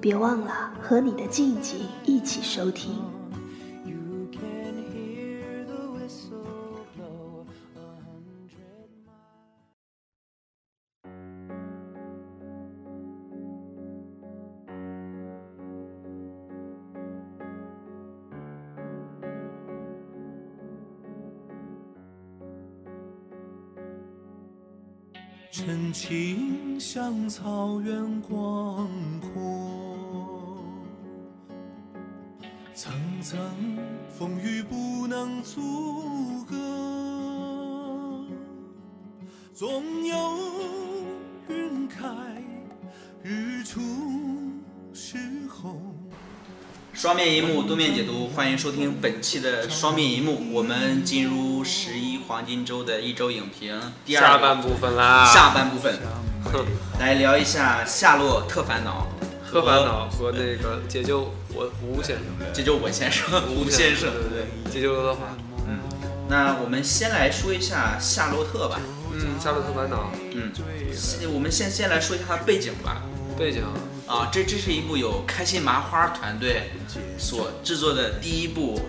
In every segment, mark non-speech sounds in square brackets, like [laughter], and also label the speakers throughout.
Speaker 1: 别忘了和你的静静一起收听。
Speaker 2: You can hear the whistle blow a hundred miles. 真情像草原广阔，层层风雨不能阻隔，总有云开日出时候。
Speaker 3: 双面一幕，多面解读，欢迎收听本期的双面一幕。我们进入十一黄金周的一周影评第二
Speaker 4: 下
Speaker 3: 个
Speaker 4: 半部分啦，
Speaker 3: 下半部分，
Speaker 4: 哼
Speaker 3: 来聊一下《夏洛特烦恼》
Speaker 4: 特烦恼和那个解救我吴先生，
Speaker 3: 这就我先
Speaker 4: [laughs]
Speaker 3: 生吴先生。
Speaker 4: 对对对，解救刘德华。
Speaker 3: 那我们先来说一下夏洛特吧。
Speaker 4: 嗯，夏洛特烦恼
Speaker 3: 嗯，先我们先先来说一下它的背景吧。
Speaker 4: 背景，
Speaker 3: 啊，这这是一部由开心麻花团队所制作的第一部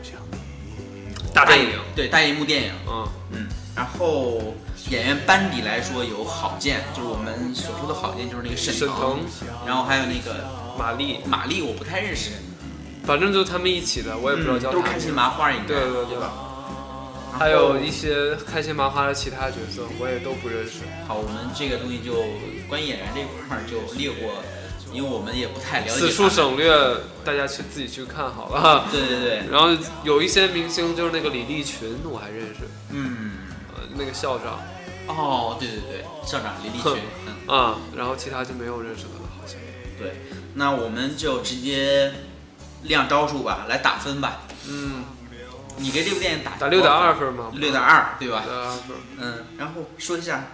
Speaker 4: 大电影，
Speaker 3: 对大银幕电影。
Speaker 4: 嗯，
Speaker 3: 嗯，然后演员班底来说有郝建，就是我们所说的郝建，就是那个沈
Speaker 4: 沈腾
Speaker 3: 然后还有那个
Speaker 4: 马丽，
Speaker 3: 马丽，我不太认识，
Speaker 4: 反正就他们一起的，我也不知道
Speaker 3: 嗯，
Speaker 4: 叫
Speaker 3: 都是
Speaker 4: 啥
Speaker 3: 开
Speaker 4: 名
Speaker 3: 心
Speaker 4: 字。
Speaker 3: 麻花应该
Speaker 4: 对对对
Speaker 3: 对吧？然后
Speaker 4: 还有一些开心麻花的其他角色，我也都不认识。
Speaker 3: 好，我们这个东西就关于演员这块儿就略过，因为我们也不太了解他
Speaker 4: 此
Speaker 3: 们。
Speaker 4: 处省略，大家去自己去看好了。 [laughs]
Speaker 3: 对对对，
Speaker 4: 然后有一些明星，就是那个李立群，我还认识，
Speaker 3: 嗯，
Speaker 4: 呃，那个校长
Speaker 3: 哦，对对对，校长李立群
Speaker 4: 哼，
Speaker 3: 嗯，
Speaker 4: 啊、然后其他就没有认识的了，好像。
Speaker 3: 对，那我们就直接亮招数吧，来打分吧。
Speaker 4: 嗯，
Speaker 3: 你给这部电影打
Speaker 4: 打六
Speaker 3: 多
Speaker 4: 点
Speaker 3: 少
Speaker 4: 二
Speaker 3: 分？
Speaker 4: 分吗？
Speaker 3: 六点二，对吧？
Speaker 4: 二分，
Speaker 3: 嗯，然后说一下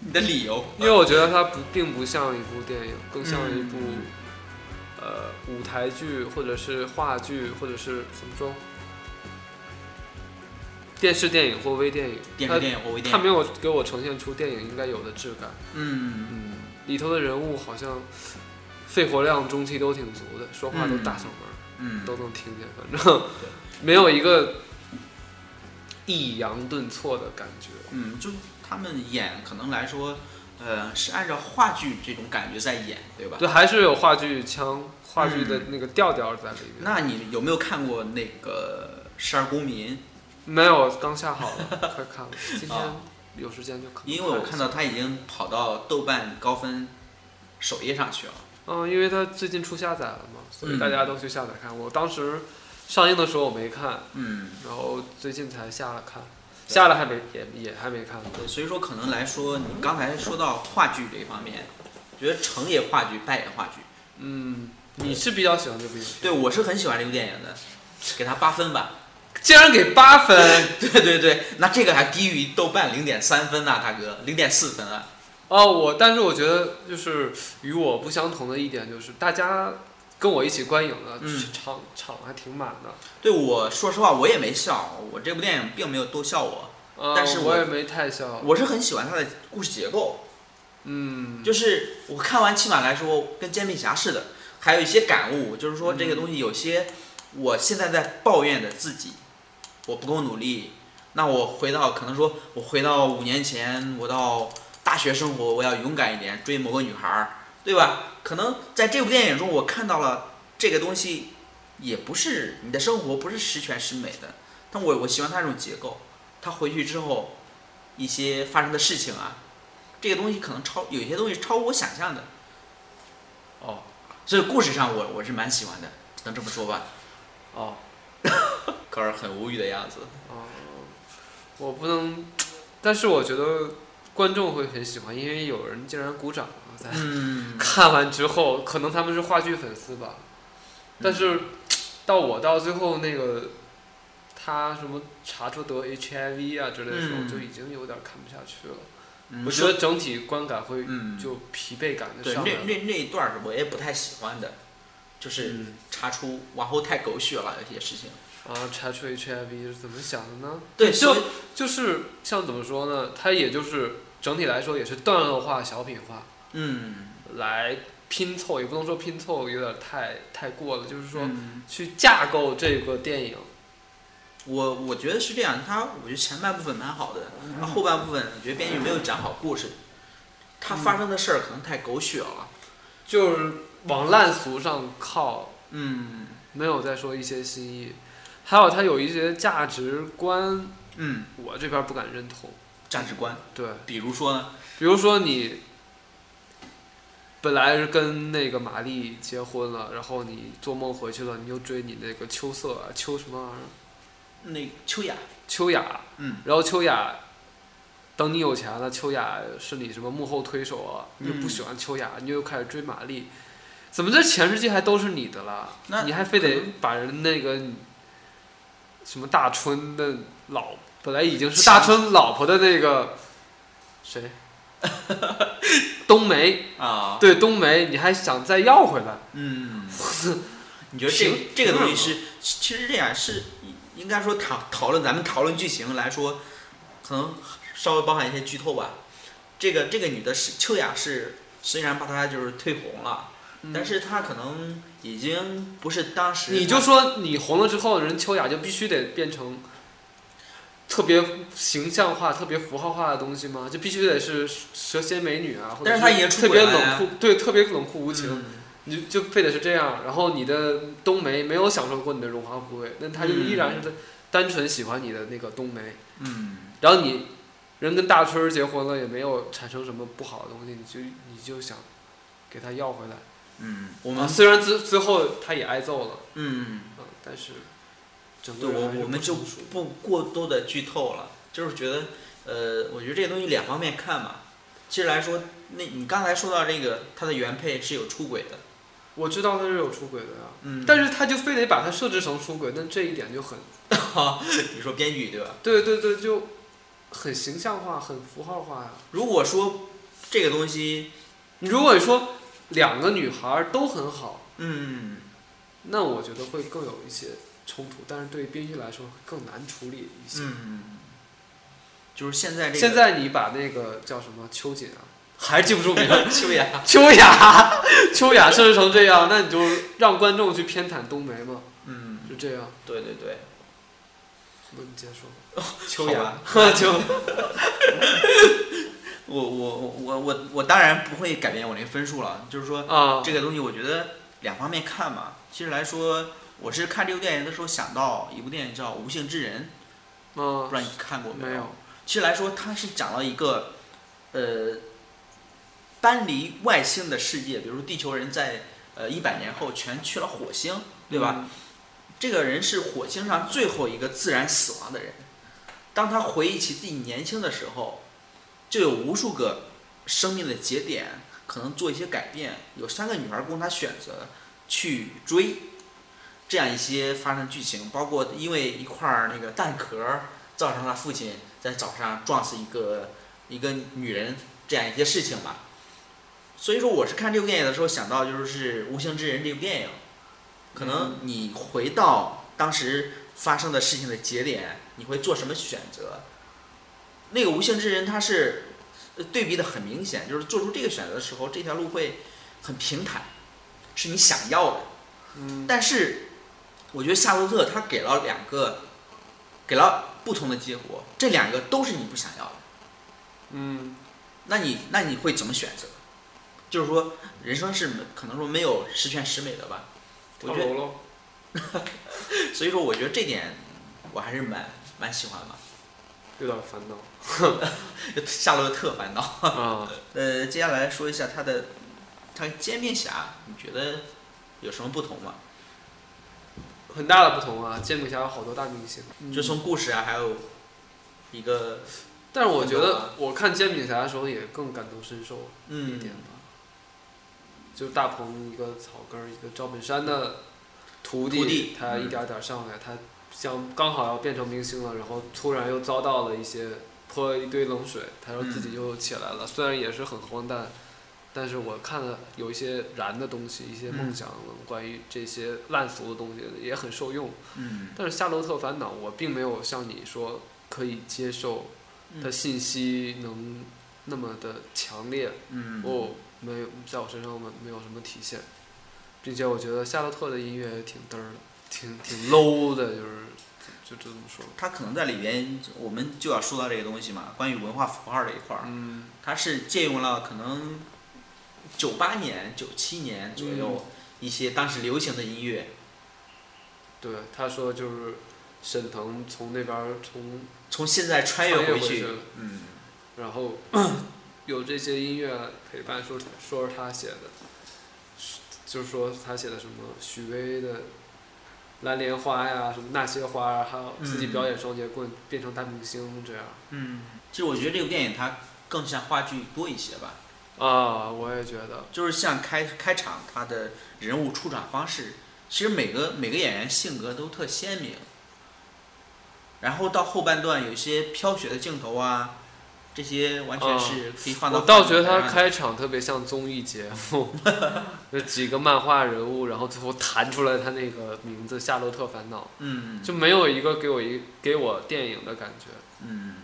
Speaker 3: 你的理由。
Speaker 4: 因为我觉得它不并不像一部电影，更像一部、
Speaker 3: 嗯
Speaker 4: 呃舞台剧或者是话剧或者是怎么说，电视电影或微电影。
Speaker 3: 电视电影或微
Speaker 4: 它
Speaker 3: 电
Speaker 4: 它没
Speaker 3: 影，
Speaker 4: 有给我呈现出电影应该有的质感。
Speaker 3: 嗯，
Speaker 4: 嗯，里头的人物好像肺活量、中气都挺足的，说话都大嗓门儿，
Speaker 3: 嗯，
Speaker 4: 都能听见，反正没有一个抑扬顿挫的感觉。
Speaker 3: 嗯，就他们演可能来说，呃，是按照话剧这种感觉在演，对吧？
Speaker 4: 对，还是有话剧腔、话剧
Speaker 3: 嗯
Speaker 4: 的那个调调在里面。
Speaker 3: 那你有没有看过那个《十二公民》？
Speaker 4: 没有，刚下好了，快看了。今天
Speaker 3: 啊
Speaker 4: 有时间就看。
Speaker 3: 因为我看到，他已经跑到豆瓣高分首页上去了。
Speaker 4: 嗯，因为它最近出下载了嘛，所以
Speaker 3: 嗯
Speaker 4: 大家都去下载看。我当时上映的时候我没看，
Speaker 3: 嗯，
Speaker 4: 然后最近才下了看，
Speaker 3: 对
Speaker 4: 下了还没也也还没看。
Speaker 3: 对，所以说可能来说，你刚才说到话剧这一方面，觉得成也话剧，败也话剧。
Speaker 4: 嗯，你是比较喜欢这部影片，
Speaker 3: 对，我是很喜欢这部电影的，给他八分吧。
Speaker 4: 竟然给八分
Speaker 3: [laughs] 对对对，那这个还低于豆瓣零点三分呐、大哥，零点四分啊。
Speaker 4: 哦！我但是我觉得就是与我不相同的一点就是，大家跟我一起观影的、
Speaker 3: 嗯
Speaker 4: 场场还挺满的。
Speaker 3: 对我说实话，我也没笑，我这部电影并没有多笑我，
Speaker 4: 呃
Speaker 3: 但是
Speaker 4: 我
Speaker 3: 啊我
Speaker 4: 也没太笑。
Speaker 3: 我是很喜欢它的故事结构，
Speaker 4: 嗯，
Speaker 3: 就是我看完起码来说跟煎饼侠似的，还有一些感悟，就是说这个东西有些我现在在抱怨的自己，我不够努力，那我回到可能说我回到五年前，我到大学生活，我要勇敢一点，追某个女孩儿，对吧？可能在这部电影中，我看到了这个东西，也不是你的生活不是十全十美的，但我我喜欢它这种结构，他回去之后一些发生的事情啊，这个东西可能超有些东西超乎我想象的，
Speaker 4: 哦
Speaker 3: 所以故事上我我是蛮喜欢的，只能这么说吧。
Speaker 4: [laughs] 哦
Speaker 3: 可是很无语的样子。
Speaker 4: 哦，我不能，但是我觉得观众会很喜欢，因为有
Speaker 3: [laughs]
Speaker 4: 人竟然鼓掌了在。
Speaker 3: 嗯
Speaker 4: 看完之后，可能他们是话剧粉丝吧，
Speaker 3: 嗯
Speaker 4: 但是到我到最后那个他什么查出得 HIV 啊之类的时候，
Speaker 3: 嗯
Speaker 4: 就已经有点看不下去了。
Speaker 3: 嗯
Speaker 4: 我觉得整体观感会
Speaker 3: 嗯，
Speaker 4: 就疲惫感就
Speaker 3: 对
Speaker 4: 上来
Speaker 3: 那
Speaker 4: 了。
Speaker 3: 那那一段儿我也不太喜欢的，就是
Speaker 4: 嗯
Speaker 3: 查出往后太狗血了有些事情。
Speaker 4: 啊，查出 HIV 是怎么想的呢？
Speaker 3: 对，
Speaker 4: 就
Speaker 3: 所以
Speaker 4: 就是像怎么说呢？它也就是整体来说也是段落化、小品化
Speaker 3: 嗯，
Speaker 4: 来拼凑，也不能说拼凑，有点太太过了。就是说
Speaker 3: 嗯
Speaker 4: 去架构这个电影，
Speaker 3: 我我觉得是这样，他我觉得前半部分蛮好的，那后半部分我觉得编剧没有讲好故事，他发生的事儿可能太狗血了。
Speaker 4: 就是往烂俗上靠，
Speaker 3: 嗯
Speaker 4: 没有再说一些新意。还有它有一些价值观，
Speaker 3: 嗯，
Speaker 4: 我这边不敢认同。
Speaker 3: 价值观，
Speaker 4: 对，
Speaker 3: 比如说呢，
Speaker 4: 比如说你本来是跟那个玛丽结婚了，然后你做梦回去了，你又追你那个秋色啊，秋什么玩意儿，
Speaker 3: 那秋雅，
Speaker 4: 秋雅，
Speaker 3: 嗯，
Speaker 4: 然后秋雅，等你有钱了，秋雅是你什么幕后推手啊，你就不
Speaker 3: 嗯
Speaker 4: 喜欢秋雅，你又开始追玛丽，怎么这前世纪还都是你的啦？
Speaker 3: 那
Speaker 4: 你还非
Speaker 3: 可
Speaker 4: 得
Speaker 3: 能
Speaker 4: 把人那个什么大春的老，本来已
Speaker 3: [laughs]
Speaker 4: 经是
Speaker 3: 强
Speaker 4: 大春老婆的那个谁，
Speaker 3: [laughs]
Speaker 4: 冬梅，
Speaker 3: 啊，
Speaker 4: 对冬梅，你还想再要回来？
Speaker 3: 嗯， [laughs] 你觉得这个
Speaker 4: 凭
Speaker 3: 这个东西
Speaker 4: 凭什
Speaker 3: 是，其其实这样是应该说讨讨论咱们讨论剧情来说，可能稍微包含一些剧透吧。这个这个女的是秋雅是，虽然把她就是退红了，但是她可能已经不是当时
Speaker 4: 嗯你就
Speaker 3: 她
Speaker 4: 说你红了之后，人秋雅就必须得变成特别形象化、特别符号化的东西吗？就必须得是蛇蝎美女啊，或者
Speaker 3: 但是她已经出
Speaker 4: 特
Speaker 3: 轨
Speaker 4: 别
Speaker 3: 了
Speaker 4: 冷
Speaker 3: 呀
Speaker 4: 酷，对，特别冷酷无情。
Speaker 3: 嗯
Speaker 4: 你就就非得是这样，然后你的冬梅没有享受过你的荣华富贵，那他就
Speaker 3: 嗯
Speaker 4: 依然是单纯喜欢你的那个冬梅，
Speaker 3: 嗯
Speaker 4: 然后你人跟大春儿结婚了也没有产生什么不好的东西，你就你就想给他要回来。
Speaker 3: 嗯，我
Speaker 4: 我
Speaker 3: 们
Speaker 4: 虽然最最后他也挨揍了，
Speaker 3: 嗯，
Speaker 4: 嗯，但是整
Speaker 3: 对
Speaker 4: 个人
Speaker 3: 我
Speaker 4: 还是
Speaker 3: 我们
Speaker 4: 不
Speaker 3: 就
Speaker 4: 成熟
Speaker 3: 不过多的剧透了，就是觉得，呃，我觉得这个东西两方面看吧。其实来说，那你刚才说到这个，它的原配是有出轨的，
Speaker 4: 我知道他是有出轨的呀、
Speaker 3: 嗯，
Speaker 4: 但是他就非得把他设置成出轨，那这一点就很
Speaker 3: 你说编剧对吧？
Speaker 4: 对对对，就很形象化、很符号化呀、
Speaker 3: 如果说这个东西，
Speaker 4: 你如果说两个女孩儿都很好，
Speaker 3: 嗯，
Speaker 4: 那我觉得会更有一些冲突，但是对于编剧来说会更难处理一些。
Speaker 3: 嗯，就是现在这个
Speaker 4: 现在你把那个叫什么秋瑾啊，还是记不住 [laughs] 名儿，
Speaker 3: [laughs] 秋雅，
Speaker 4: 秋雅，秋雅设置成这样，那你就让观众去偏袒冬梅嘛，
Speaker 3: 嗯，
Speaker 4: 就这样。
Speaker 3: 对对对，
Speaker 4: 那你接着说，
Speaker 3: [laughs] 秋雅，[laughs]
Speaker 4: [laughs] 秋，
Speaker 3: 我我我我我当然不会改变我那个分数了，就是说
Speaker 4: 啊，
Speaker 3: 这个东西我觉得两方面看嘛。其实来说，我是看这部电影的时候想到一部电影叫《无性之人》，不知道
Speaker 4: 嗯，
Speaker 3: 你看过
Speaker 4: 没
Speaker 3: 有
Speaker 4: 有？，
Speaker 3: 其实来说，它是讲了一个，呃，搬离外星的世界，比如说地球人在呃一百年后全去了火星，对吧？
Speaker 4: 嗯
Speaker 3: 这个人是火星上最后一个自然死亡的人。当他回忆起自己年轻的时候，就有无数个生命的节点可能做一些改变。有三个女孩供他选择去追，这样一些发生剧情，包括因为一块儿那个蛋壳儿造成他父亲在早上撞死一个一个女人这样一些事情吧。所以说，我是看这部电影的时候想到就是《无形之人》这部电影，可能你回到当时发生的事情的节点，你会做什么选择？那个无形之人他是呃对比的很明显，就是做出这个选择的时候，这条路会很平坦，是你想要的。
Speaker 4: 嗯，
Speaker 3: 但是我觉得夏洛特他给了两个，给了不同的结果，这两个都是你不想要的。
Speaker 4: 嗯，
Speaker 3: 那你那你会怎么选择？就是说，人生是没可能说没有十全十美的吧。我
Speaker 4: 跳
Speaker 3: 觉得，
Speaker 4: 楼了。
Speaker 3: 所以说我觉得这点我还是蛮蛮喜欢吧。
Speaker 4: 有点烦恼
Speaker 3: [laughs] 夏洛特烦恼。
Speaker 4: 啊！
Speaker 3: [laughs] 呃，接下来说一下他的他煎饼侠，你觉得有什么不同吗？
Speaker 4: 很大的不同啊！煎饼侠有好多大明星，
Speaker 3: 就从故事啊，还有一个
Speaker 4: 但是我觉
Speaker 3: 很多
Speaker 4: 得
Speaker 3: 啊
Speaker 4: 我看煎饼侠的时候也更感同身受。一
Speaker 3: 嗯
Speaker 4: 点吧。就大鹏一个草根儿，一个赵本山的徒
Speaker 3: 徒弟嗯
Speaker 4: 他一点儿点儿上来，他像刚好要变成明星了，然后突然又遭到了一些泼了一堆冷水，他说自
Speaker 3: 嗯
Speaker 4: 己又起来了，虽然也是很荒诞，但是我看了有一些燃的东西，一些梦
Speaker 3: 嗯
Speaker 4: 想、关于这些烂俗的东西也很受用。
Speaker 3: 嗯
Speaker 4: 但是《夏洛特烦恼》我并没有像你说可以接受
Speaker 3: 嗯
Speaker 4: 的信息能那么的强烈，
Speaker 3: 嗯，
Speaker 4: 我哦没有在我身上没没有什么体现，并且我觉得夏洛特的音乐也挺嘚儿的，挺挺 low 的，就是就就这么说。
Speaker 3: 他可能在里边，我们就要说到这个东西嘛，关于文化符号这一块儿，
Speaker 4: 嗯，
Speaker 3: 他是借用了可能九八年、九七年
Speaker 4: 嗯
Speaker 3: 左右一些当时流行的音乐，
Speaker 4: 对，他说就是沈腾从那边儿从，
Speaker 3: 从现在穿越
Speaker 4: 穿越
Speaker 3: 回
Speaker 4: 回去
Speaker 3: 去
Speaker 4: 了，
Speaker 3: 嗯，
Speaker 4: 然后 [clears throat] 有这些音乐陪伴说，说是他写的，就是说他写的什么许巍的《蓝莲花》呀，什么那些花啊，还有自己
Speaker 3: 嗯
Speaker 4: 表演双截棍变成大明星这样。
Speaker 3: 嗯，其实我觉得这部电影它更像话剧多一些吧，
Speaker 4: 啊，我也觉得，
Speaker 3: 就是像开开场它的人物出场方式，其实每个每个演员性格都特鲜明，然后到后半段有一些飘雪的镜头啊，这些完全
Speaker 4: 啊
Speaker 3: 是可以放到
Speaker 4: 我
Speaker 3: 放
Speaker 4: 倒
Speaker 3: 到
Speaker 4: 觉得
Speaker 3: 台
Speaker 4: 他
Speaker 3: 上
Speaker 4: 开场特别像综艺节目，
Speaker 3: [laughs]
Speaker 4: 就几个漫画人物，然后最后弹出来他那个名字《夏洛特烦恼
Speaker 3: 嗯》，
Speaker 4: 就没有一个给我一给我电影的感觉。
Speaker 3: 嗯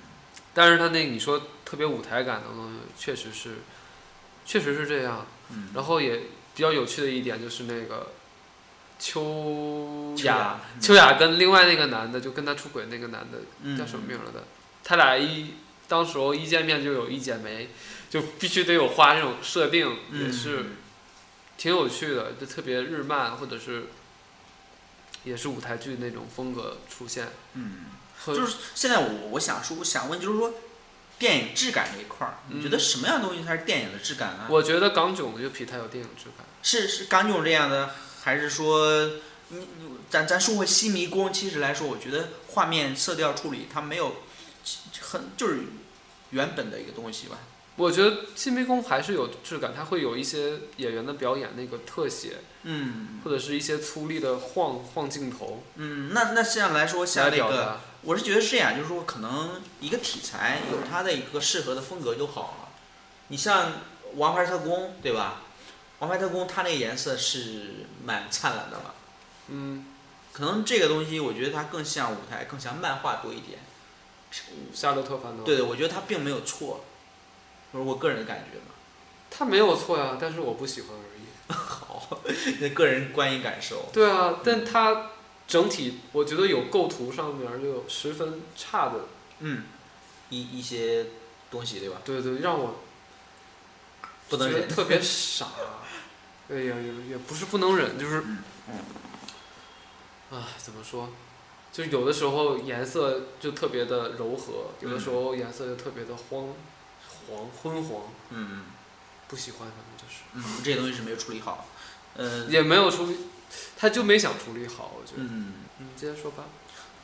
Speaker 4: 但是他那你说特别舞台感的东西，确实是，确实是这样。
Speaker 3: 嗯，
Speaker 4: 然后也比较有趣的一点就是那个秋
Speaker 3: 秋
Speaker 4: 雅
Speaker 3: 雅，
Speaker 4: 秋雅跟另外那个男的，就跟他出轨那个男的
Speaker 3: 嗯
Speaker 4: 叫什么名儿来的？他俩一当时候一见面就有一剪梅，就必须得有花这种设定，
Speaker 3: 嗯
Speaker 4: 也是挺有趣的，就特别日漫或者是也是舞台剧那种风格出现。
Speaker 3: 嗯，
Speaker 4: 会
Speaker 3: 就是现在我我想说，我想问就是说，电影质感这一块儿，你觉得什么样的东西才是电影的质感呢？
Speaker 4: 我觉得港囧就比他有电影质感。
Speaker 3: 是是港囧这样的，还是说，你你咱咱说回西迷宫，其实来说，我觉得画面色调处理它没有很就是原本的一个东西吧。
Speaker 4: 我觉得《新迷宫》还是有质感，它会有一些演员的表演那个特写，
Speaker 3: 嗯
Speaker 4: 或者是一些粗粝的晃晃镜头
Speaker 3: 嗯，那那这样来说，像
Speaker 4: 来
Speaker 3: 那
Speaker 4: 表
Speaker 3: 个，
Speaker 4: 达。
Speaker 3: 我是觉得是这样，就是说可能一个题材有它的一个适合的风格就好了。你像《王牌特工》，对吧？《王牌特工》它那个颜色是蛮灿烂的吧？
Speaker 4: 嗯，
Speaker 3: 可能这个东西，我觉得它更像舞台，更像漫画多一点。
Speaker 4: 《夏洛特烦恼》
Speaker 3: 对对，我觉得他并没有错，就是我个人的感觉嘛，
Speaker 4: 他没有错呀，但是我不喜欢而已。
Speaker 3: 那 [laughs] 个人观影感受。
Speaker 4: 对啊，但他整体我觉得有构图上面就有十分差的，
Speaker 3: 嗯，一一些东西对吧？
Speaker 4: 对对，让我
Speaker 3: 不能
Speaker 4: 觉得
Speaker 3: 忍。
Speaker 4: 特别傻。哎呀，也也不是不能忍，就是
Speaker 3: 嗯嗯，
Speaker 4: 啊，怎么说？就是有的时候颜色就特别的柔和，有的时候颜色就特别的荒黄昏黄，
Speaker 3: 嗯
Speaker 4: 不喜欢反正就是
Speaker 3: 嗯，这些东西是没有处理好。呃，
Speaker 4: 也没有处理，他就没想处理好，我觉得。
Speaker 3: 嗯，
Speaker 4: 你接着说吧。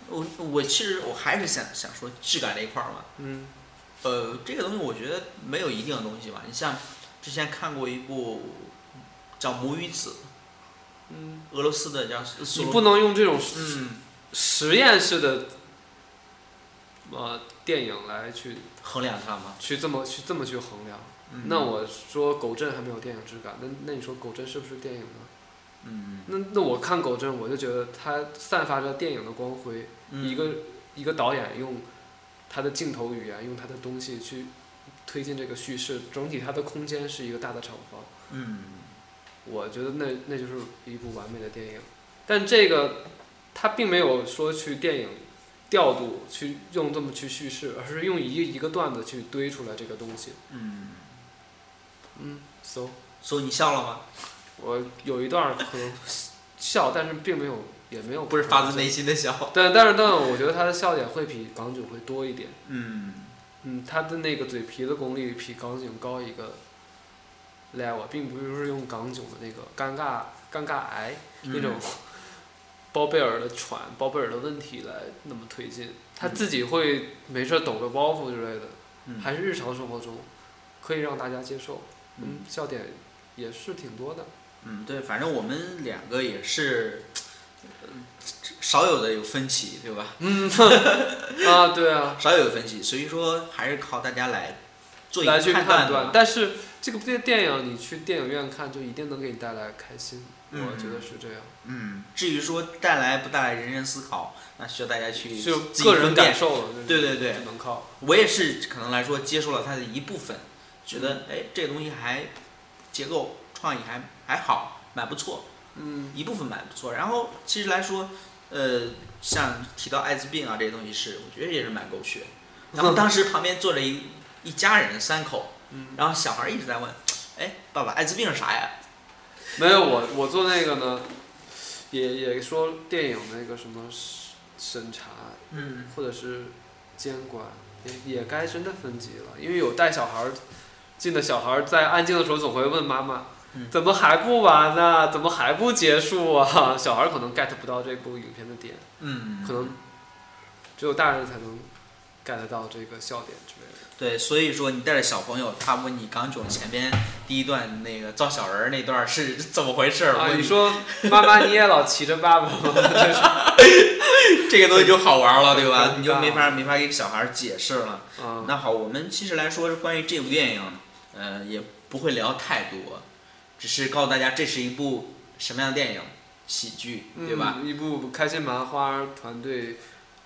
Speaker 3: 我我其实我还是想想说质感这一块儿嘛。
Speaker 4: 嗯
Speaker 3: 呃，这个东西我觉得没有一定的东西吧。你像之前看过一部叫《母与子
Speaker 4: 嗯，》，
Speaker 3: 俄罗斯的叫
Speaker 4: 你
Speaker 3: 你
Speaker 4: 不能用这种
Speaker 3: 嗯
Speaker 4: 实验室的呃电影来去
Speaker 3: 衡量它吗？
Speaker 4: 去这么去这么去衡量。
Speaker 3: 嗯
Speaker 4: 那我说狗镇还没有电影质感，那那你说狗镇是不是电影呢？
Speaker 3: 嗯
Speaker 4: 那那我看狗镇，我就觉得它散发着电影的光辉。
Speaker 3: 嗯
Speaker 4: 一个一个导演用他的镜头语言，用他的东西去推进这个叙事，整体它的空间是一个大的厂房。
Speaker 3: 嗯
Speaker 4: 我觉得那那就是一部完美的电影，但这个他并没有说去电影调度去用这么去叙事，而是用一一个段子去堆出来这个东西。
Speaker 3: 嗯，
Speaker 4: 嗯，so
Speaker 3: 所以你笑了吗？
Speaker 4: 我有一段可能笑，但是并没有也没有
Speaker 3: 不是发自内，心的
Speaker 4: [laughs]
Speaker 3: 笑。
Speaker 4: 但但是但是我觉得他的笑点会比港囧会多一点。
Speaker 3: 嗯
Speaker 4: 嗯，他的那个嘴皮的功力比港囧高一个 level，并不是说用港囧的那个尴尬尴尬癌、
Speaker 3: 嗯
Speaker 4: 那种包贝尔的喘、包贝尔的问题来那么推进，他自己会没事儿抖个包袱之类的，
Speaker 3: 嗯
Speaker 4: 还是日常生活中可以让大家接受，嗯
Speaker 3: 嗯， [laughs]
Speaker 4: 笑点也是挺多的，
Speaker 3: 嗯，对，反正我们两个也是少有的有分歧，对吧？
Speaker 4: 嗯，啊，对啊，
Speaker 3: 少有分歧，所以说还是靠大家来做一
Speaker 4: 来
Speaker 3: 个
Speaker 4: 去
Speaker 3: 判
Speaker 4: 判
Speaker 3: 吧。
Speaker 4: 但是这个电电影你去电影院看，就一定能给你带来开心，
Speaker 3: 嗯
Speaker 4: 我觉得是这样，
Speaker 3: 嗯，至于说带来不带来人人思考，那需要大家去
Speaker 4: 就
Speaker 3: 自己
Speaker 4: 个人
Speaker 3: 分辨
Speaker 4: 感受了，就是
Speaker 3: 对对对
Speaker 4: 只能靠，
Speaker 3: 我也是可能来说接受了它的一部分，觉得
Speaker 4: 嗯
Speaker 3: 哎这个东西还结构创意还还好，蛮不错，
Speaker 4: 嗯
Speaker 3: 一部分蛮不错。然后其实来说，呃，像提到艾滋病啊这些东西是，我觉得也是蛮狗血。
Speaker 4: [laughs]
Speaker 3: 然后当时旁边坐着一一家人三口，
Speaker 4: 嗯，
Speaker 3: 然后小孩一直在问，哎爸爸艾滋病是啥呀？
Speaker 4: 没有我我做那个呢，也也说电影那个什么审审查
Speaker 3: 嗯
Speaker 4: 或者是监管，也也该真的分级了，因为有带小孩儿进的小孩儿在安静的时候总会问妈妈
Speaker 3: 嗯。
Speaker 4: 怎么还不完呢？怎么还不结束啊？小孩儿可能 get 不到这部影片的点，
Speaker 3: 嗯，
Speaker 4: 可能只有大人才能 get 到这个笑点之类的。
Speaker 3: 对，所以说你带着小朋友，他问你港囧前边第一段那个造小人儿那段是怎么回事儿？
Speaker 4: 啊，
Speaker 3: 我
Speaker 4: 你说妈妈你也老骑着爸爸吗？ [laughs] 真是
Speaker 3: 这个东西就好玩了，对
Speaker 4: 尴
Speaker 3: 吧
Speaker 4: 尬？
Speaker 3: 你就没法没法给小孩儿解释了。
Speaker 4: 啊，
Speaker 3: 那好，我们其实来说是关于这部电影，呃，也不会聊太多，只是告诉大家这是一部什么样的电影，喜剧，对吧？
Speaker 4: 嗯？一部开心麻花团队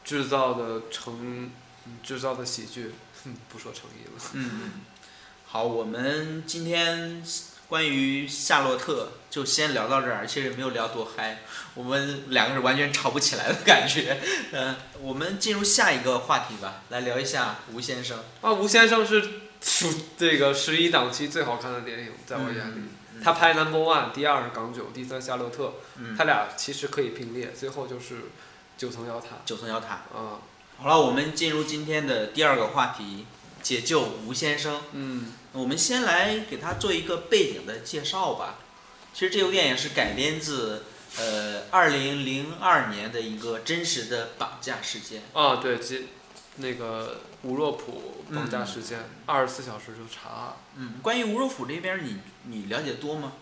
Speaker 4: 制造的成嗯制造的喜剧， [laughs] 哼不说诚意了。
Speaker 3: 嗯，好，我们今天关于夏洛特就先聊到这儿，其实也没有聊多嗨，我们两个是完全吵不起来的感觉。嗯、我们进入下一个话题吧，来聊一下吴先生。
Speaker 4: 啊，吴先生是属这个十一档期最好看的电影，在我眼里，
Speaker 3: 嗯
Speaker 4: 他拍 Number One，第二是港囧，第三夏洛特，
Speaker 3: 嗯
Speaker 4: 他俩其实可以并列，最后就是九层妖塔。
Speaker 3: 九层妖塔。
Speaker 4: 啊，
Speaker 3: 好了，我们进入今天的第二个话题，解救吴先生。
Speaker 4: 嗯
Speaker 3: 我们先来给他做一个背景的介绍吧。其实这部电影是改编自呃二零零二年的一个真实的绑架事件。
Speaker 4: 啊，对，接那个吴若甫绑架
Speaker 3: 嗯
Speaker 4: 事件，二十四小时就查案。
Speaker 3: 嗯，关于吴若甫这边，你你了解多吗？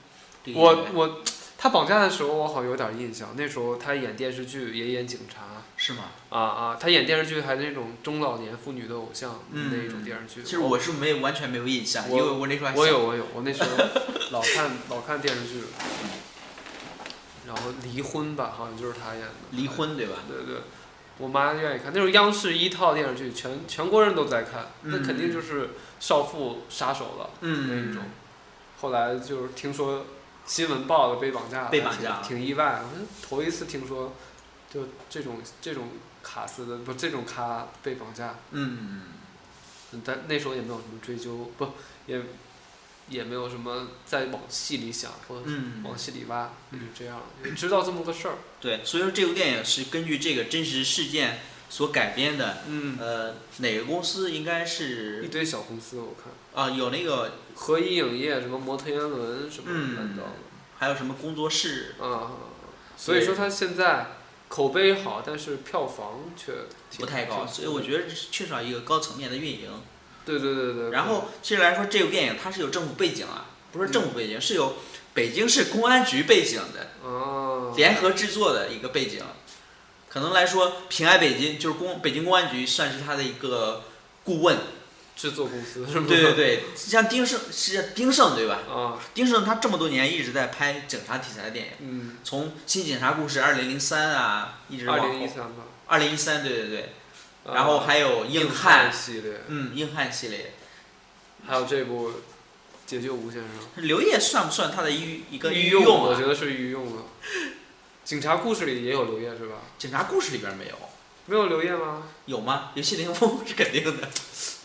Speaker 3: 这个演
Speaker 4: 我
Speaker 3: 员
Speaker 4: 我他绑架的时候，我好像有点印象。那时候他演电视剧，也演警察
Speaker 3: 是吗？
Speaker 4: 啊啊，他演电视剧还是那种中老年妇女的偶像、
Speaker 3: 嗯
Speaker 4: 那一种电视剧。
Speaker 3: 其实我是没有完全没有印象，因
Speaker 4: 我
Speaker 3: 为我那时候还
Speaker 4: 我
Speaker 3: 小
Speaker 4: 有我有，我那时候老看老看电视剧，然后离婚吧，好像就是他演的。
Speaker 3: 离。婚对吧？
Speaker 4: 对对，我妈愿意看那种央视一套电视剧，全全国人都在看，那肯
Speaker 3: 嗯
Speaker 4: 定就是少妇杀手了。嗯那一种。后来就是听说新闻报了被绑架了，
Speaker 3: 被绑架了
Speaker 4: 挺挺意外。我是头一次听说，就这种这种卡司的不这种咖被绑架，
Speaker 3: 嗯，
Speaker 4: 嗯但那时候也没有什么追究，不也也没有什么再往细里想或者
Speaker 3: 嗯
Speaker 4: 往
Speaker 3: 嗯，
Speaker 4: 细里挖，也
Speaker 3: 嗯
Speaker 4: 就这样，也知道这么个事儿。
Speaker 3: 对，所以说这部电影是根据这个真实事件所改编的。
Speaker 4: 嗯，
Speaker 3: 呃，哪个公司应该
Speaker 4: 一
Speaker 3: 是
Speaker 4: 堆小公司我看，
Speaker 3: 啊、有那个
Speaker 4: 合一影业什么摩托烟轮什么乱七八糟的。
Speaker 3: 还有什么工作室？
Speaker 4: 啊，所以说他现在口碑好，但是票房却挺
Speaker 3: 不太高，所以我觉得是缺少一个高层面的运营。
Speaker 4: 对对对对。嗯
Speaker 3: 然后，其实来说，这部电影它是有政府背景啊，不是政府背景，是有北京市公安局背景的
Speaker 4: 啊，
Speaker 3: 联合制作的一个背景。可能来说，平安北京就是公北京公安局算是它的一个顾问。
Speaker 4: 制作公司是吗？ [laughs]
Speaker 3: 对对对，像丁晟是丁晟对吧？
Speaker 4: 啊，
Speaker 3: 丁晟他这么多年一直在拍警察题材的电影，
Speaker 4: 嗯，
Speaker 3: 从《新警察故事》二零零三啊，一直
Speaker 4: 二
Speaker 3: 往
Speaker 4: 零一
Speaker 3: 后。
Speaker 4: 三吧。
Speaker 3: 二零一三，对对对。
Speaker 4: 啊
Speaker 3: 然后还有
Speaker 4: 硬
Speaker 3: 硬汉，
Speaker 4: 系列，
Speaker 3: 嗯，硬汉系列，
Speaker 4: 还有这部《解救吴先生》
Speaker 3: 刘烨算不算他的御一个御
Speaker 4: 用，
Speaker 3: 用
Speaker 4: 我觉
Speaker 3: 啊？
Speaker 4: 得是御用的。警察故事里也有刘烨是吧？
Speaker 3: 警察故事里边没有，
Speaker 4: 没有刘烨吗？
Speaker 3: 有吗？有谢霆锋是肯定的。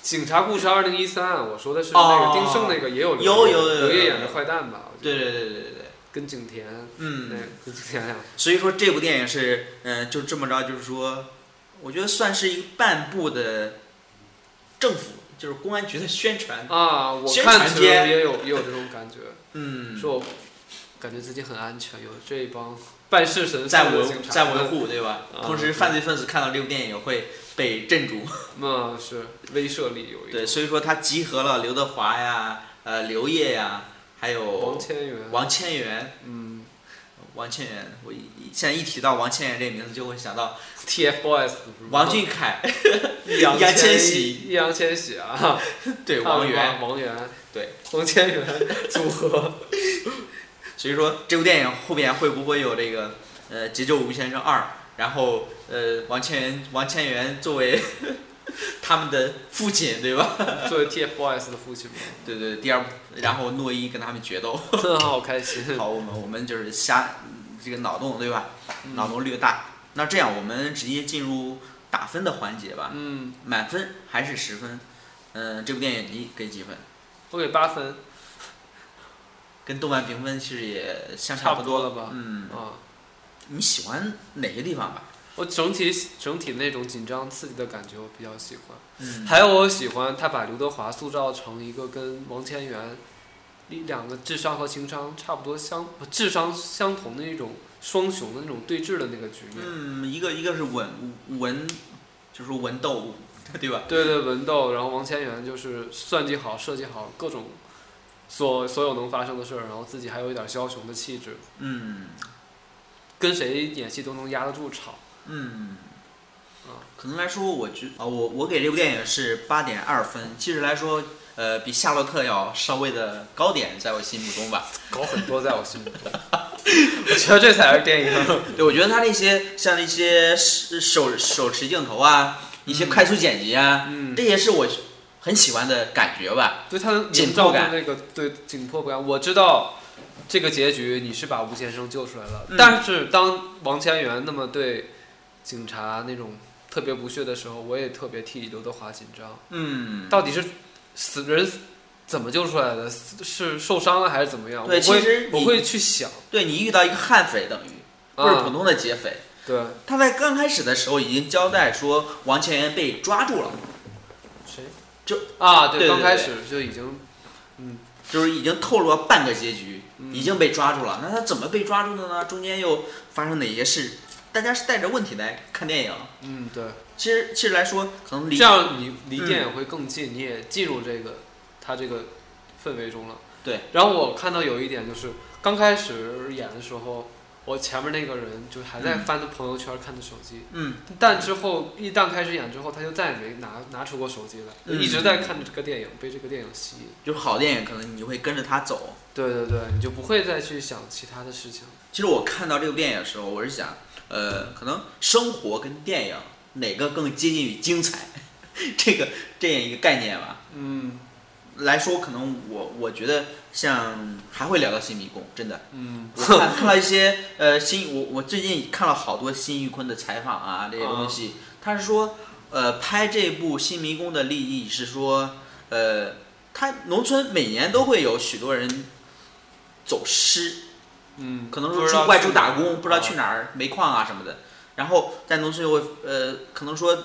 Speaker 4: 警察故事二零一三，我说的是那
Speaker 3: 哦
Speaker 4: 个丁晟那个也
Speaker 3: 有
Speaker 4: 有刘烨
Speaker 3: 有有有
Speaker 4: 刘烨演
Speaker 3: 有
Speaker 4: 的坏蛋吧？我觉得
Speaker 3: 对对对对对对，
Speaker 4: 跟景甜那
Speaker 3: 嗯，
Speaker 4: 跟景甜俩
Speaker 3: 所以说这部电影是，嗯、就这么着，就是说，我觉得算是一半部的政府，就是公安局的宣传。
Speaker 4: 啊，我
Speaker 3: 宣
Speaker 4: 看
Speaker 3: 传
Speaker 4: 其实
Speaker 3: 片
Speaker 4: 也有也有这种感觉，
Speaker 3: 嗯，
Speaker 4: 说我感觉自己很安全，有这帮办事神
Speaker 3: 在
Speaker 4: 似的
Speaker 3: 维
Speaker 4: 警察
Speaker 3: 在维。护，对吧？
Speaker 4: 啊
Speaker 3: 同时，犯罪分子看到这部电影会被镇住。
Speaker 4: 嗯，是威慑力有一
Speaker 3: 对，
Speaker 4: 种。
Speaker 3: 所以说他集合了刘德华呀、呃刘烨呀，还有
Speaker 4: 王千源，
Speaker 3: 王千源，
Speaker 4: 嗯，
Speaker 3: 王千源，我一现在一提到王千源这个名字，就会想到
Speaker 4: TFBOYS 不是
Speaker 3: 王俊凯、
Speaker 4: 易烊
Speaker 3: 易烊千玺
Speaker 4: 玺、易烊千玺啊，
Speaker 3: [laughs] 对王源，、
Speaker 4: 王源、
Speaker 3: 对，
Speaker 4: 王千源
Speaker 3: [laughs]
Speaker 4: 组合，
Speaker 3: 所以说这部电影后边会不会有这个呃《急救吴先生二》，然后呃王千源王千源作为 [laughs] 他们的父亲对吧？[laughs]
Speaker 4: [laughs] 作为 TFBOYS 的父亲嘛，
Speaker 3: 对对，第二部然后诺一跟他们决斗。
Speaker 4: 真的好开心。
Speaker 3: 好，我们我们就是瞎这个脑洞对吧？脑洞略大。那这样我们直接进入打分的环节吧，
Speaker 4: [laughs] 嗯，
Speaker 3: 满分还是十分？嗯、这部电影你给几分？
Speaker 4: 我给八分
Speaker 3: 跟豆瓣评分其实也相
Speaker 4: 差
Speaker 3: 不
Speaker 4: 不
Speaker 3: 多
Speaker 4: 多了吧
Speaker 3: 嗯，
Speaker 4: 啊。
Speaker 3: 你喜欢哪些地方吧？
Speaker 4: 我整体整体那种紧张刺激的感觉我比较喜欢，
Speaker 3: 嗯，
Speaker 4: 还有我喜欢他把刘德华塑造成一个跟王千源一两个智商和情商差不多相不智商相同的那种双雄的那种对峙的那个局面。
Speaker 3: 嗯，一个一个是文文，就是说文斗武，对吧？
Speaker 4: 对对，文斗，然后王千源就是算计好、设计好各种所所有能发生的事儿，然后自己还有一点枭雄的气质，
Speaker 3: 嗯
Speaker 4: 跟谁演戏都能压得住场。
Speaker 3: 嗯
Speaker 4: 啊，
Speaker 3: 可能来说，我觉啊，我我给这部电影是八点二分，其实来说，呃，比《夏洛特》要稍微的高点，在我心目中
Speaker 4: [laughs]
Speaker 3: 吧。
Speaker 4: 搞很多在我心目中， [laughs] 我觉得这才是电影。 [laughs]
Speaker 3: 对，我觉得他那些像那些手手手持镜头啊，一些快速剪辑啊，
Speaker 4: 嗯
Speaker 3: 这，些是我很喜欢的感觉吧。
Speaker 4: 对他
Speaker 3: 紧
Speaker 4: 营
Speaker 3: 迫
Speaker 4: 造
Speaker 3: 感
Speaker 4: 的那个对紧迫感，我知道这个结局你是把吴先生救出来了，
Speaker 3: 嗯
Speaker 4: 但是当王千源那么对警察那种特别不屑的时候，我也特别替刘德华紧张。
Speaker 3: 嗯，
Speaker 4: 到底是死人怎么救出来的？是是受伤了还是怎么样？
Speaker 3: 对
Speaker 4: 我会
Speaker 3: 其实你
Speaker 4: 我会去想，
Speaker 3: 对你遇到一个悍匪，等于不是普
Speaker 4: 啊，
Speaker 3: 通的劫匪。
Speaker 4: 对，
Speaker 3: 他在刚开始的时候已经交代说王千源被抓住了，
Speaker 4: 谁？
Speaker 3: 就
Speaker 4: 啊，
Speaker 3: 对对
Speaker 4: 刚开
Speaker 3: 对
Speaker 4: 始就已经，嗯，
Speaker 3: 就是已经透露了半个结局，
Speaker 4: 嗯
Speaker 3: 已经被抓住了。那他怎么被抓住的呢？中间又发生哪些事？大家是带着问题来看电影。
Speaker 4: 嗯，对，
Speaker 3: 其实其实来说，可能离
Speaker 4: 这样你离
Speaker 3: 嗯
Speaker 4: 电影会更近，你也进入这个他这个氛围中了。
Speaker 3: 对。
Speaker 4: 然后我看到有一点就是刚开始演的时候，我前面那个人就还在
Speaker 3: 嗯
Speaker 4: 翻着朋友圈看着手机，
Speaker 3: 嗯
Speaker 4: 但之后一旦开始演之后，他就再也没拿拿出过手机来，就一直
Speaker 3: 嗯
Speaker 4: 在看着这个电影，被这个电影吸引。
Speaker 3: 就是好电影，可能你会跟着他走。
Speaker 4: 对对对，你就不会再去想其他的事情。
Speaker 3: 其实我看到这部电影的时候，我是想，呃，可能生活跟电影哪个更接近于精彩， [laughs] 这个这样一个概念吧。
Speaker 4: 嗯
Speaker 3: 来说，可能我我觉得像还会聊到新迷宫，真的。
Speaker 4: 嗯，
Speaker 3: 我看看到一些呃新，我我最近看了好多辛玉坤的采访啊，这些
Speaker 4: 哦
Speaker 3: 东西，他是说，呃，拍这部《新迷宫》的利益是说，呃，他农村每年都会有许多人走失，
Speaker 4: 嗯，
Speaker 3: 可能
Speaker 4: 不
Speaker 3: 说
Speaker 4: 知道
Speaker 3: 出外出
Speaker 4: 去
Speaker 3: 打
Speaker 4: 哪儿
Speaker 3: 工，不知道去哪儿煤矿啊什么的，然后在农村又会呃，可能说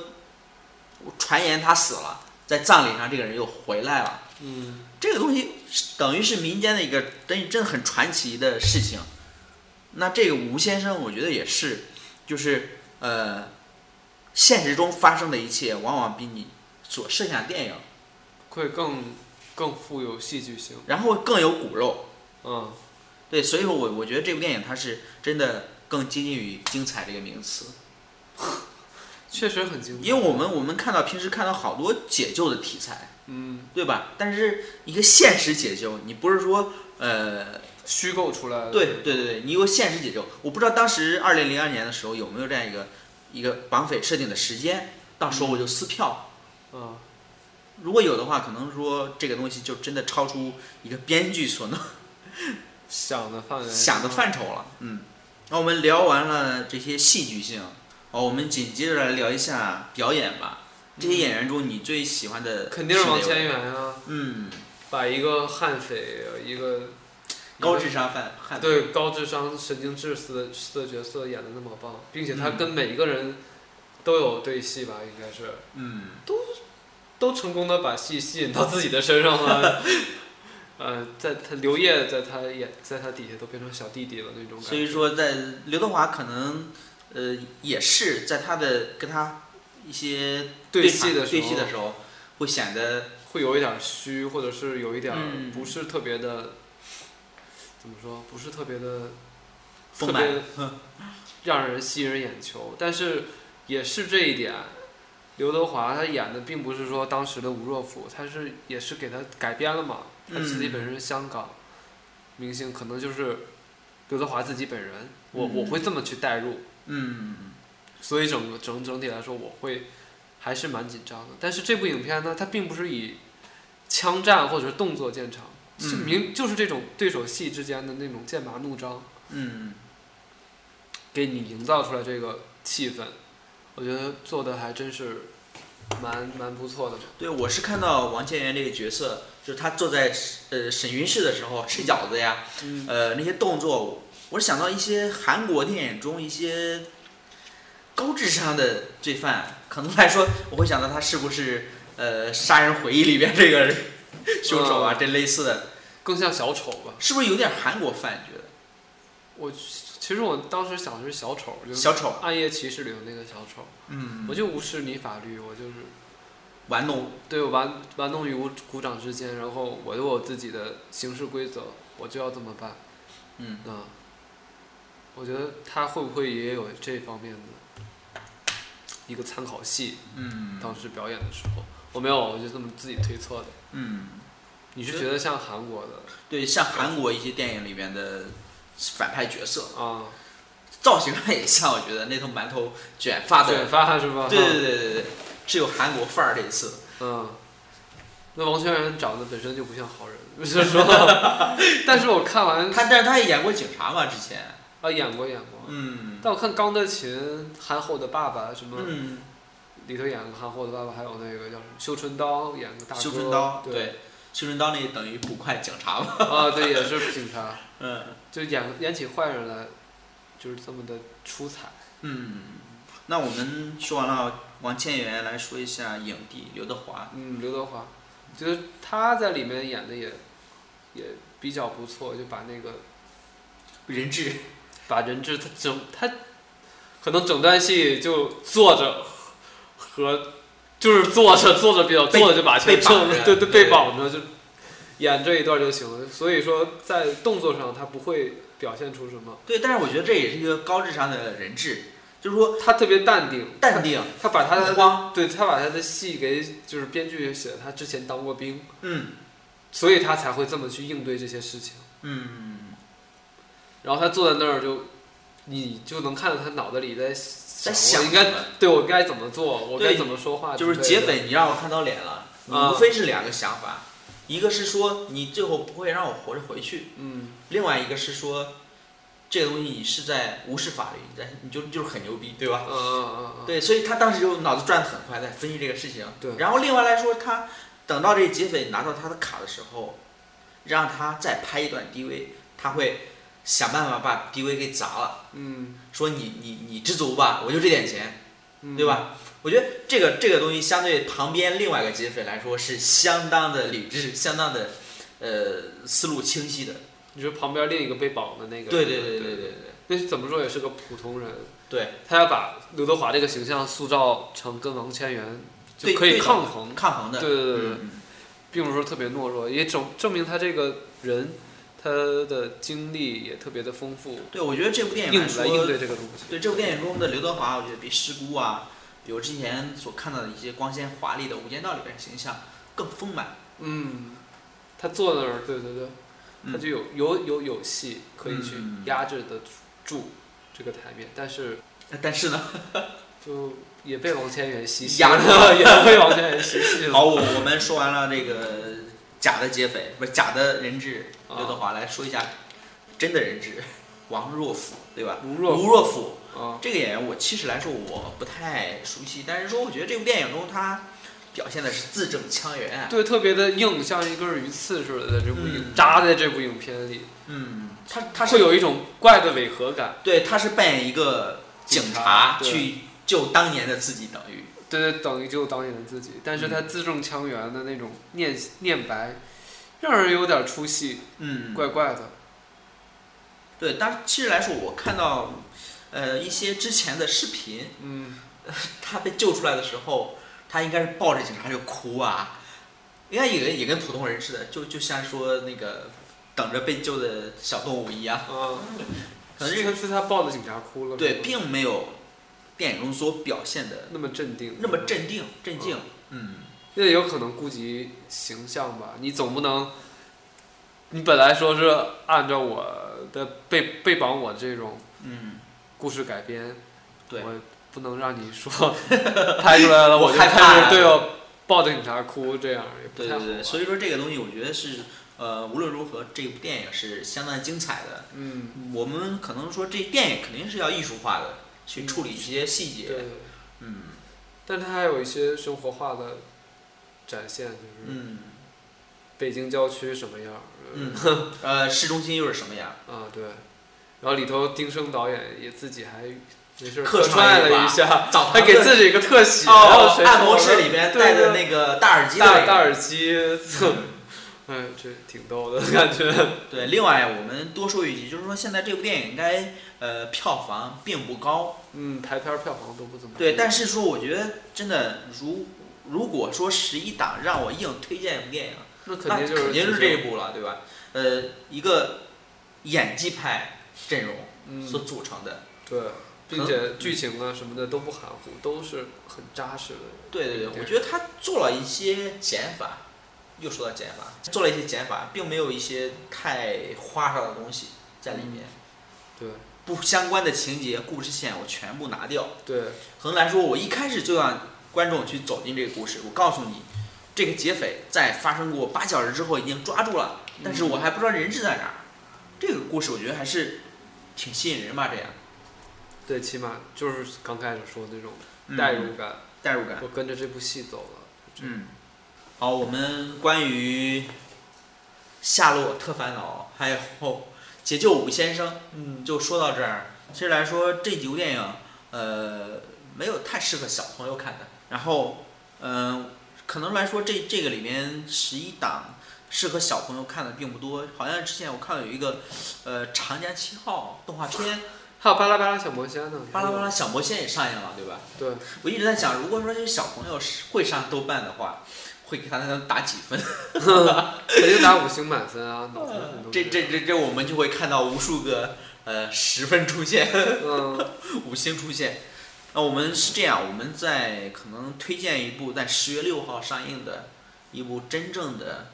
Speaker 3: 传言他死了，在葬礼上这个人又回来了。
Speaker 4: 嗯，
Speaker 3: 这个东西是等于是民间的一个等于真的很传奇的事情。那这个吴先生，我觉得也是，就是呃，现实中发生的一切，往往比你所设想的电影，
Speaker 4: 会更更富有戏剧性。
Speaker 3: 然后更有骨肉。
Speaker 4: 嗯，
Speaker 3: 对，所以说我我觉得这部电影它是真的更接近于精彩这个名词，
Speaker 4: 确实很精彩。
Speaker 3: 因为我们我们看到平时看到好多解救的题材，
Speaker 4: 嗯
Speaker 3: 对吧？但是一个现实解救，你不是说呃
Speaker 4: 虚构出来的。
Speaker 3: 对对对对，你有现实解救。我不知道当时二零零二年的时候有没有这样一个一个绑匪设定的时间，到时候我就撕票。
Speaker 4: 嗯，
Speaker 3: 如果有的话，可能说这个东西就真的超出一个编剧所能
Speaker 4: 想的范
Speaker 3: [laughs]
Speaker 4: 围，
Speaker 3: 想的范畴了。嗯，那我们聊完了这些戏剧性，哦，我们紧接着来聊一下表演吧。这些演员中，你最喜欢的
Speaker 4: 嗯肯定是王千
Speaker 3: 哪位。
Speaker 4: 源啊，
Speaker 3: 嗯，
Speaker 4: 把一个悍匪，一个
Speaker 3: 高智商犯汉子。
Speaker 4: 对高智商、神经质似的似的角色演的那么棒，并且他
Speaker 3: 嗯
Speaker 4: 跟每一个人都有对戏吧，应该是。
Speaker 3: 嗯，
Speaker 4: 都成功的把戏吸引到自己的身上
Speaker 3: [laughs]
Speaker 4: 了。呃，在他刘烨在他眼在他底下都变成小弟弟了那种感觉。
Speaker 3: 所以说，在刘德华可能，呃，也是在他的跟他一些
Speaker 4: 对
Speaker 3: 戏
Speaker 4: 戏的时
Speaker 3: 对
Speaker 4: 候
Speaker 3: 戏的时候，会显得
Speaker 4: 会有一点虚，或者是有一点
Speaker 3: 嗯
Speaker 4: 不是特别的，怎么说？不是特别的特
Speaker 3: 丰满
Speaker 4: 别让人吸人眼球。但是也是这一点，刘德华他演的并不是说当时的吴若甫，他是也是给他改编了嘛。他自己
Speaker 3: 嗯
Speaker 4: 本身是香港明星，可能就是刘德华自己本人。我我会这么去代入，
Speaker 3: 嗯，
Speaker 4: 所以整个整整体来说，我会还是蛮紧张的。但是这部影片呢，它并不是以枪战或者是动作见长，是
Speaker 3: 嗯
Speaker 4: 明就是这种对手戏之间的那种剑拔弩张，
Speaker 3: 嗯，
Speaker 4: 给你营造出来这个气氛，我觉得做的还真是蛮蛮不错的。
Speaker 3: 对，我是看到王千源这个角色，就是他坐在呃审讯室的时候吃饺子呀，
Speaker 4: 嗯
Speaker 3: 呃那些动作，我是想到一些韩国电影中一些高智商的罪犯，可能来说，我会想到他是不是呃《杀人回忆》里边这个人凶手啊，这类似的，
Speaker 4: 哦更像小丑吧。
Speaker 3: 是不是有点韩国范？你觉得？
Speaker 4: 我其实我当时想的是小丑，就是
Speaker 3: 小
Speaker 4: 《
Speaker 3: 丑，
Speaker 4: 暗夜骑士》里的那个小丑，
Speaker 3: 嗯，
Speaker 4: 我就无视你法律，我就是
Speaker 3: 玩弄，
Speaker 4: 对我玩玩弄于股股掌之间，然后我有我自己的行事规则，我就要这么办。
Speaker 3: 嗯，
Speaker 4: 啊，我觉得他会不会也有这方面的一个参考系？
Speaker 3: 嗯
Speaker 4: 当时表演的时候，我没有，我就这么自己推测的。
Speaker 3: 嗯。
Speaker 4: 你是觉得像韩国的
Speaker 3: 对，像韩国一些电影里边的反派角色，
Speaker 4: 啊，
Speaker 3: 造型上也像，我觉得那头馒头卷发
Speaker 4: 卷
Speaker 3: 的，
Speaker 4: 发是吧？啊
Speaker 3: 对对对对对，是有韩国范儿这一次，
Speaker 4: 嗯，那王千源长得本身就不像好人， [laughs] 就是说，但是我看完
Speaker 3: 他但是他也演过警察嘛，之前，
Speaker 4: 啊演过演过，
Speaker 3: 嗯
Speaker 4: 但我看冈德琴、韩后的爸爸什么、
Speaker 3: 嗯，
Speaker 4: 里头演个韩后的爸爸，还有那个叫什么修春刀演个大哥，
Speaker 3: 修春刀，
Speaker 4: 对
Speaker 3: 对，修春刀那等于捕快警察嘛，
Speaker 4: 啊对也是警察，
Speaker 3: 嗯
Speaker 4: 就演演起坏人来，就是这么的出彩。啊
Speaker 3: 嗯，那我们说完了啊王千源，来说一下影帝刘德华，
Speaker 4: 嗯，刘德华，觉得他在里面演的也也比较不错，就把那个
Speaker 3: 人质，
Speaker 4: 把人质他整他可能整段戏就坐着和就是坐着坐着比较
Speaker 3: 被
Speaker 4: 坐着就把
Speaker 3: 被
Speaker 4: 钱
Speaker 3: 绑
Speaker 4: 挣了，
Speaker 3: 着
Speaker 4: 对对，
Speaker 3: 对
Speaker 4: 被绑着就演这一段就行了。所以说在动作上他不会表现出什么，
Speaker 3: 对，但是我觉得这也是一个高智商的人质，就是说
Speaker 4: 他特别淡定，
Speaker 3: 淡定，
Speaker 4: 他把他
Speaker 3: 不
Speaker 4: 的
Speaker 3: 慌，
Speaker 4: 对他把他的戏给就是编剧写的他之前当过兵，
Speaker 3: 嗯
Speaker 4: 所以他才会这么去应对这些事情。
Speaker 3: 嗯。
Speaker 4: 然后他坐在那儿就，你就能看到他脑子里在
Speaker 3: 在
Speaker 4: 在
Speaker 3: 想
Speaker 4: 应该
Speaker 3: 什么
Speaker 4: 对我该怎么做，我该
Speaker 3: 啊对
Speaker 4: 怎么说话之
Speaker 3: 就
Speaker 4: 类
Speaker 3: 是
Speaker 4: 的，
Speaker 3: 劫匪，你让我看到脸了，你
Speaker 4: 啊
Speaker 3: 无非是两个想法，一个是说你最后不会让我活着回去，
Speaker 4: 嗯，
Speaker 3: 另外一个是说这个东西你是在无视法律，你在你就就是很牛逼，对吧？
Speaker 4: 嗯嗯嗯嗯，
Speaker 3: 对，所以他当时就脑子转得很快，在分析这个事情。
Speaker 4: 对
Speaker 3: 然后另外来说，他等到这劫匪拿到他的卡的时候，让他再拍一段 DV，他会想办法把 DV 给砸了，
Speaker 4: 嗯
Speaker 3: 说你你你知足吧，我就这点钱。
Speaker 4: 嗯，
Speaker 3: 对？吧？我觉得这个这个东西相对旁边另外一个劫匪来说是相当的理智，相当的呃思路清晰的。
Speaker 4: 你说旁边另一个被绑的那个，
Speaker 3: 对对对
Speaker 4: 对
Speaker 3: 对对对，
Speaker 4: 那怎么说也是个普通人，
Speaker 3: 对，
Speaker 4: 他要把刘德华这个形象塑造成跟王千源就
Speaker 3: 对
Speaker 4: 可以
Speaker 3: 对的
Speaker 4: 抗衡，
Speaker 3: 抗衡的。
Speaker 4: 对对对对，
Speaker 3: 嗯嗯
Speaker 4: 并不是说特别懦弱，也证证明他这个人他的经历也特别的丰富，
Speaker 3: 对，我觉得这部电影来
Speaker 4: 应
Speaker 3: 说，
Speaker 4: 来应对这个东西，
Speaker 3: 对这部电影中的刘德华，我觉得比《失孤》啊，比我之前所看到的一些光鲜华丽的《无间道》里边的形象更丰满。
Speaker 4: 嗯，他坐那儿，对对对，
Speaker 3: 嗯
Speaker 4: 他就有有有有戏可以去
Speaker 3: 嗯
Speaker 4: 压制得住这个台面，但是
Speaker 3: 但是呢，
Speaker 4: 就也被王千源吸吸
Speaker 3: 压
Speaker 4: 了， [laughs] 也被王千源吸吸
Speaker 3: 好， [laughs]
Speaker 4: 了。
Speaker 3: 我我们说完了这个假的劫匪，不是假的人质
Speaker 4: 啊
Speaker 3: 刘德华，来说一下真的人质王若甫，对吧？
Speaker 4: 吴若
Speaker 3: 吴若甫，
Speaker 4: 甫啊，
Speaker 3: 这个演员我其实来说我不太熟悉，但是说我觉得这部电影中他表现的是字正腔圆，啊
Speaker 4: 对，特别的硬，像一根鱼刺似的，在这部影
Speaker 3: 嗯
Speaker 4: 扎在这部影片里，
Speaker 3: 嗯，他他
Speaker 4: 它
Speaker 3: 是
Speaker 4: 会有一种怪的违和感。
Speaker 3: 对他是扮演一个警
Speaker 4: 警察对
Speaker 3: 去救当年的自己，等于
Speaker 4: 对对，等于就导演的自己，但是他字正腔圆的那种念念白，让人有点出戏，
Speaker 3: 嗯，
Speaker 4: 怪怪的。
Speaker 3: 对，但是其实来说我看到呃一些之前的视频，
Speaker 4: 嗯，
Speaker 3: 他被救出来的时候，他应该是抱着警察就哭啊，应该也跟也跟普通人似的，就就像说那个等着被救的小动物一样。
Speaker 4: 啊，
Speaker 3: 嗯可能这个
Speaker 4: 是是他抱着警察哭了，
Speaker 3: 对，并没有电影中所表现的
Speaker 4: 那么镇定，
Speaker 3: 那么镇定镇
Speaker 4: 哦
Speaker 3: 静。嗯，
Speaker 4: 那也有可能顾及形象吧。你总不能，你本来说是按照我的被被绑我这种
Speaker 3: 嗯，
Speaker 4: 故事改编，
Speaker 3: 对
Speaker 4: 我不能让你说 [laughs] 拍出来
Speaker 3: [laughs]
Speaker 4: 了
Speaker 3: 我
Speaker 4: 就
Speaker 3: 害怕
Speaker 4: 开
Speaker 3: 了
Speaker 4: 始对哦抱着警察哭，这样也不
Speaker 3: 对
Speaker 4: 太好
Speaker 3: 对
Speaker 4: 吧。
Speaker 3: 对，所以说这个东西我觉得是呃，无论如何这部电影是相当精彩的。
Speaker 4: 嗯，
Speaker 3: 我们可能说这电影肯定是要艺术化的去处理一些细
Speaker 4: 对
Speaker 3: 节。嗯
Speaker 4: 但它还有一些生活化的展现，就是
Speaker 3: 嗯
Speaker 4: 北京郊区什么样儿，
Speaker 3: 嗯， [laughs] 呃，市中心又是什么样？
Speaker 4: 啊对，然后里头丁晟导演也自己还没事儿
Speaker 3: 客
Speaker 4: 串
Speaker 3: 串了
Speaker 4: 了
Speaker 3: 一把
Speaker 4: 一下，
Speaker 3: 澡堂
Speaker 4: [laughs] 还给
Speaker 3: 子
Speaker 4: 自己一个特写，然后
Speaker 3: 啊哦，
Speaker 4: 谁
Speaker 3: 按
Speaker 4: 说
Speaker 3: 摩
Speaker 4: 我
Speaker 3: 室
Speaker 4: 们
Speaker 3: 里边
Speaker 4: 对
Speaker 3: 戴着
Speaker 4: 对
Speaker 3: 那个大耳机的那
Speaker 4: 大
Speaker 3: 个
Speaker 4: 大耳机， [laughs] 哎，这挺逗
Speaker 3: 嗯
Speaker 4: 的感觉。
Speaker 3: 对，另外我们多说一句，就是说现在这部电影应该呃票房并不高，
Speaker 4: 嗯，排片儿票房都不怎么
Speaker 3: 对，但
Speaker 4: 是
Speaker 3: 是说我觉得真的如如果说十一档让我硬推荐一部电影，
Speaker 4: 那肯
Speaker 3: 那
Speaker 4: 定就
Speaker 3: 肯定
Speaker 4: 是
Speaker 3: 是这一部了，对吧？呃，一个演技派阵容所
Speaker 4: 嗯，
Speaker 3: 组成的，
Speaker 4: 对，并
Speaker 3: 可
Speaker 4: 且剧情啊什么的都不含糊，都是很扎实的。
Speaker 3: 对对对，
Speaker 4: 对
Speaker 3: 我觉得他做了一些减法，又说到减法，做了一些减法，并没有一些太花哨的东西在里面，
Speaker 4: 对
Speaker 3: 不相关的情节、故事线我全部拿掉。
Speaker 4: 对，
Speaker 3: 可能来说，我一开始就让观众去走进这个故事。我告诉你，这个劫匪在发生过八小时之后已经抓住了，但是我还不知道人质在哪儿。这个故事我觉得还是挺吸引人吧，这样
Speaker 4: 对，起码就是刚开始说的那种
Speaker 3: 嗯
Speaker 4: 代入感，
Speaker 3: 代入感。
Speaker 4: 我跟着这部戏走了。
Speaker 3: 嗯，好，我们关于《夏洛特烦恼》还有《解救武先生》
Speaker 4: 嗯，
Speaker 3: 就说到这儿。其实来说，这几部电影，呃，没有太适合小朋友看的。然后，嗯、可能来说这这个里面十一档适合小朋友看的并不多。好像之前我看到有一个，呃，《长江七号》动画片《
Speaker 4: 还有巴拉巴拉小魔仙呢，
Speaker 3: 巴拉巴拉小魔仙》也上映了，对吧？
Speaker 4: 对，
Speaker 3: 我一直在想，如果说这个小朋友是会上豆瓣的话，会给他能打几分？
Speaker 4: 肯定打五星满分啊，脑子很多。
Speaker 3: 这这这这，我们就会看到无数个呃十分出现。 [laughs]
Speaker 4: 嗯，
Speaker 3: 五星出现。那我们是这样，我们在可能推荐一部在十月六号上映的一部真正的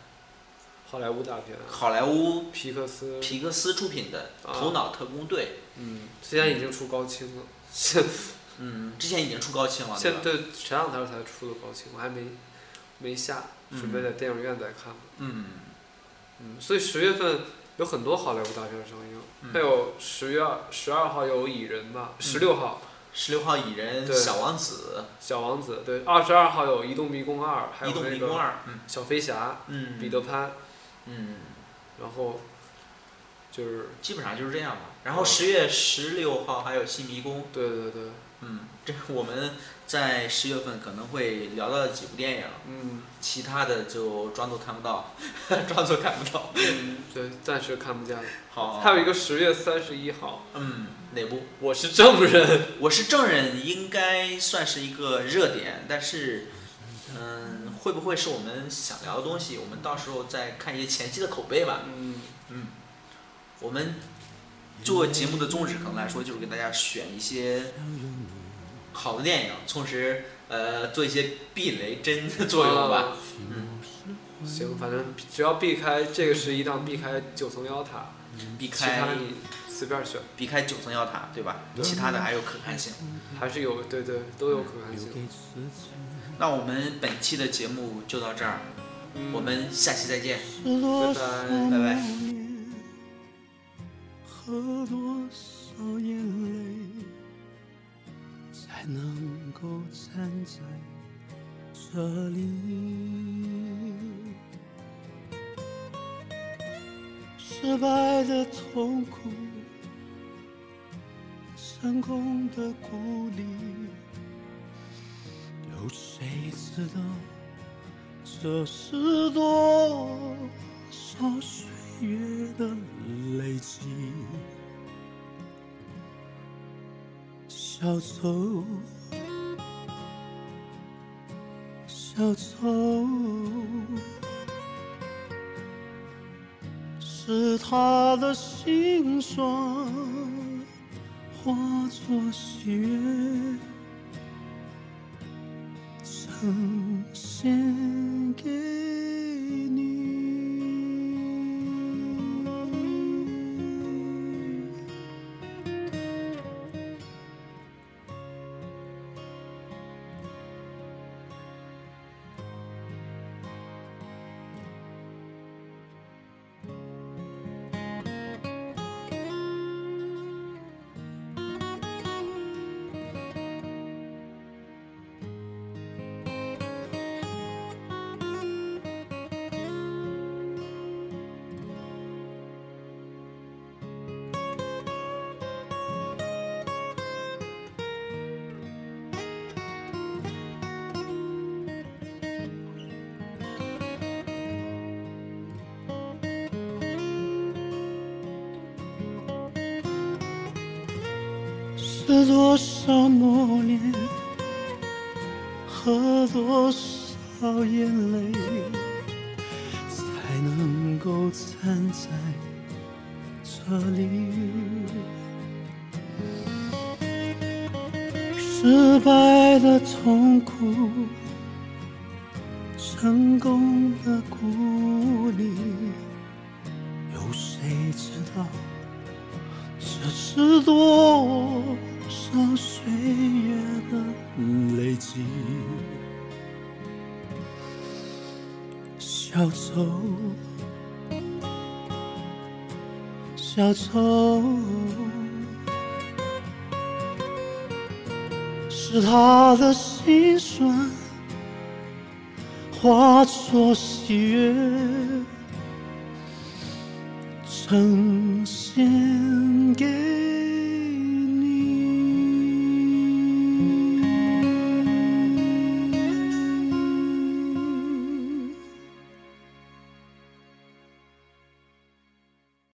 Speaker 4: 好莱坞大片啊，
Speaker 3: 好莱坞
Speaker 4: 皮克斯，
Speaker 3: 皮克斯出品的《
Speaker 4: 啊
Speaker 3: 头脑特工队
Speaker 4: 嗯，现在已经出高清了，现》。
Speaker 3: 嗯，之前已经出高清了，对
Speaker 4: 现
Speaker 3: 吧？
Speaker 4: 对前两天才出的高清，我还没没下，
Speaker 3: 嗯
Speaker 4: 准备在电影院再看。
Speaker 3: 嗯，
Speaker 4: 嗯，所以十月份有很多好莱坞大片上映，
Speaker 3: 嗯
Speaker 4: 还有十月十二号有蚁人吧，十六号
Speaker 3: 十六号蚁人、
Speaker 4: 对
Speaker 3: 小王子、
Speaker 4: 小王子，对，二十二号有移动迷宫二，还
Speaker 3: 移
Speaker 4: 有
Speaker 3: 动迷
Speaker 4: 那
Speaker 3: 宫
Speaker 4: 个
Speaker 3: 二，嗯
Speaker 4: 小飞侠
Speaker 3: 嗯，
Speaker 4: 彼得潘，
Speaker 3: 嗯，
Speaker 4: 然后就是
Speaker 3: 基本上就是这样吧。然
Speaker 4: 嗯
Speaker 3: 后十月十六号还有新迷宫，
Speaker 4: 对对对，
Speaker 3: 嗯， [laughs] 这我们在十月份可能会聊到几部电影，
Speaker 4: 嗯，
Speaker 3: 其他的就装作看不到， [laughs] 装作看不到。
Speaker 4: 对，暂时看不见了。
Speaker 3: 好，
Speaker 4: 还有一个十月三十一号，
Speaker 3: 嗯，哪部？
Speaker 4: 我是证人，
Speaker 3: [laughs] 我是证人，应该算是一个热点，但是，嗯，会不会是我们想聊的东西？我们到时候再看一些前期的口碑吧。
Speaker 4: 嗯，
Speaker 3: 我们做节目的宗旨可能来说，就是给大家选一些好的电影，同时呃做一些避雷针的作用吧。嗯，
Speaker 4: [laughs] 行，反正只要避开这个十一档，避开九层妖塔，
Speaker 3: 嗯避
Speaker 4: 其他
Speaker 3: 开
Speaker 4: 你随便选，
Speaker 3: 避开九层妖塔，对吧？其他的还有可看性。
Speaker 4: 还是有对对都有可看性。
Speaker 3: 那我们本期的节目就到这儿，
Speaker 4: 嗯
Speaker 3: 我们下期再见，
Speaker 4: 拜
Speaker 3: 拜
Speaker 4: 拜。
Speaker 3: 拜。
Speaker 2: 喝多少眼泪，才能够站在这里？失败的痛苦，成功的鼓励，有谁知道这是多少岁月的累积？小丑，小丑，是他的心酸。化作喜悦，呈现给你。是多少磨练和多少眼泪，才能够站在这里？失败的痛苦，成功的鼓励，有谁知道？这是多少岁月的累积？小丑，小丑，是他的心酸化作喜悦。呈现给。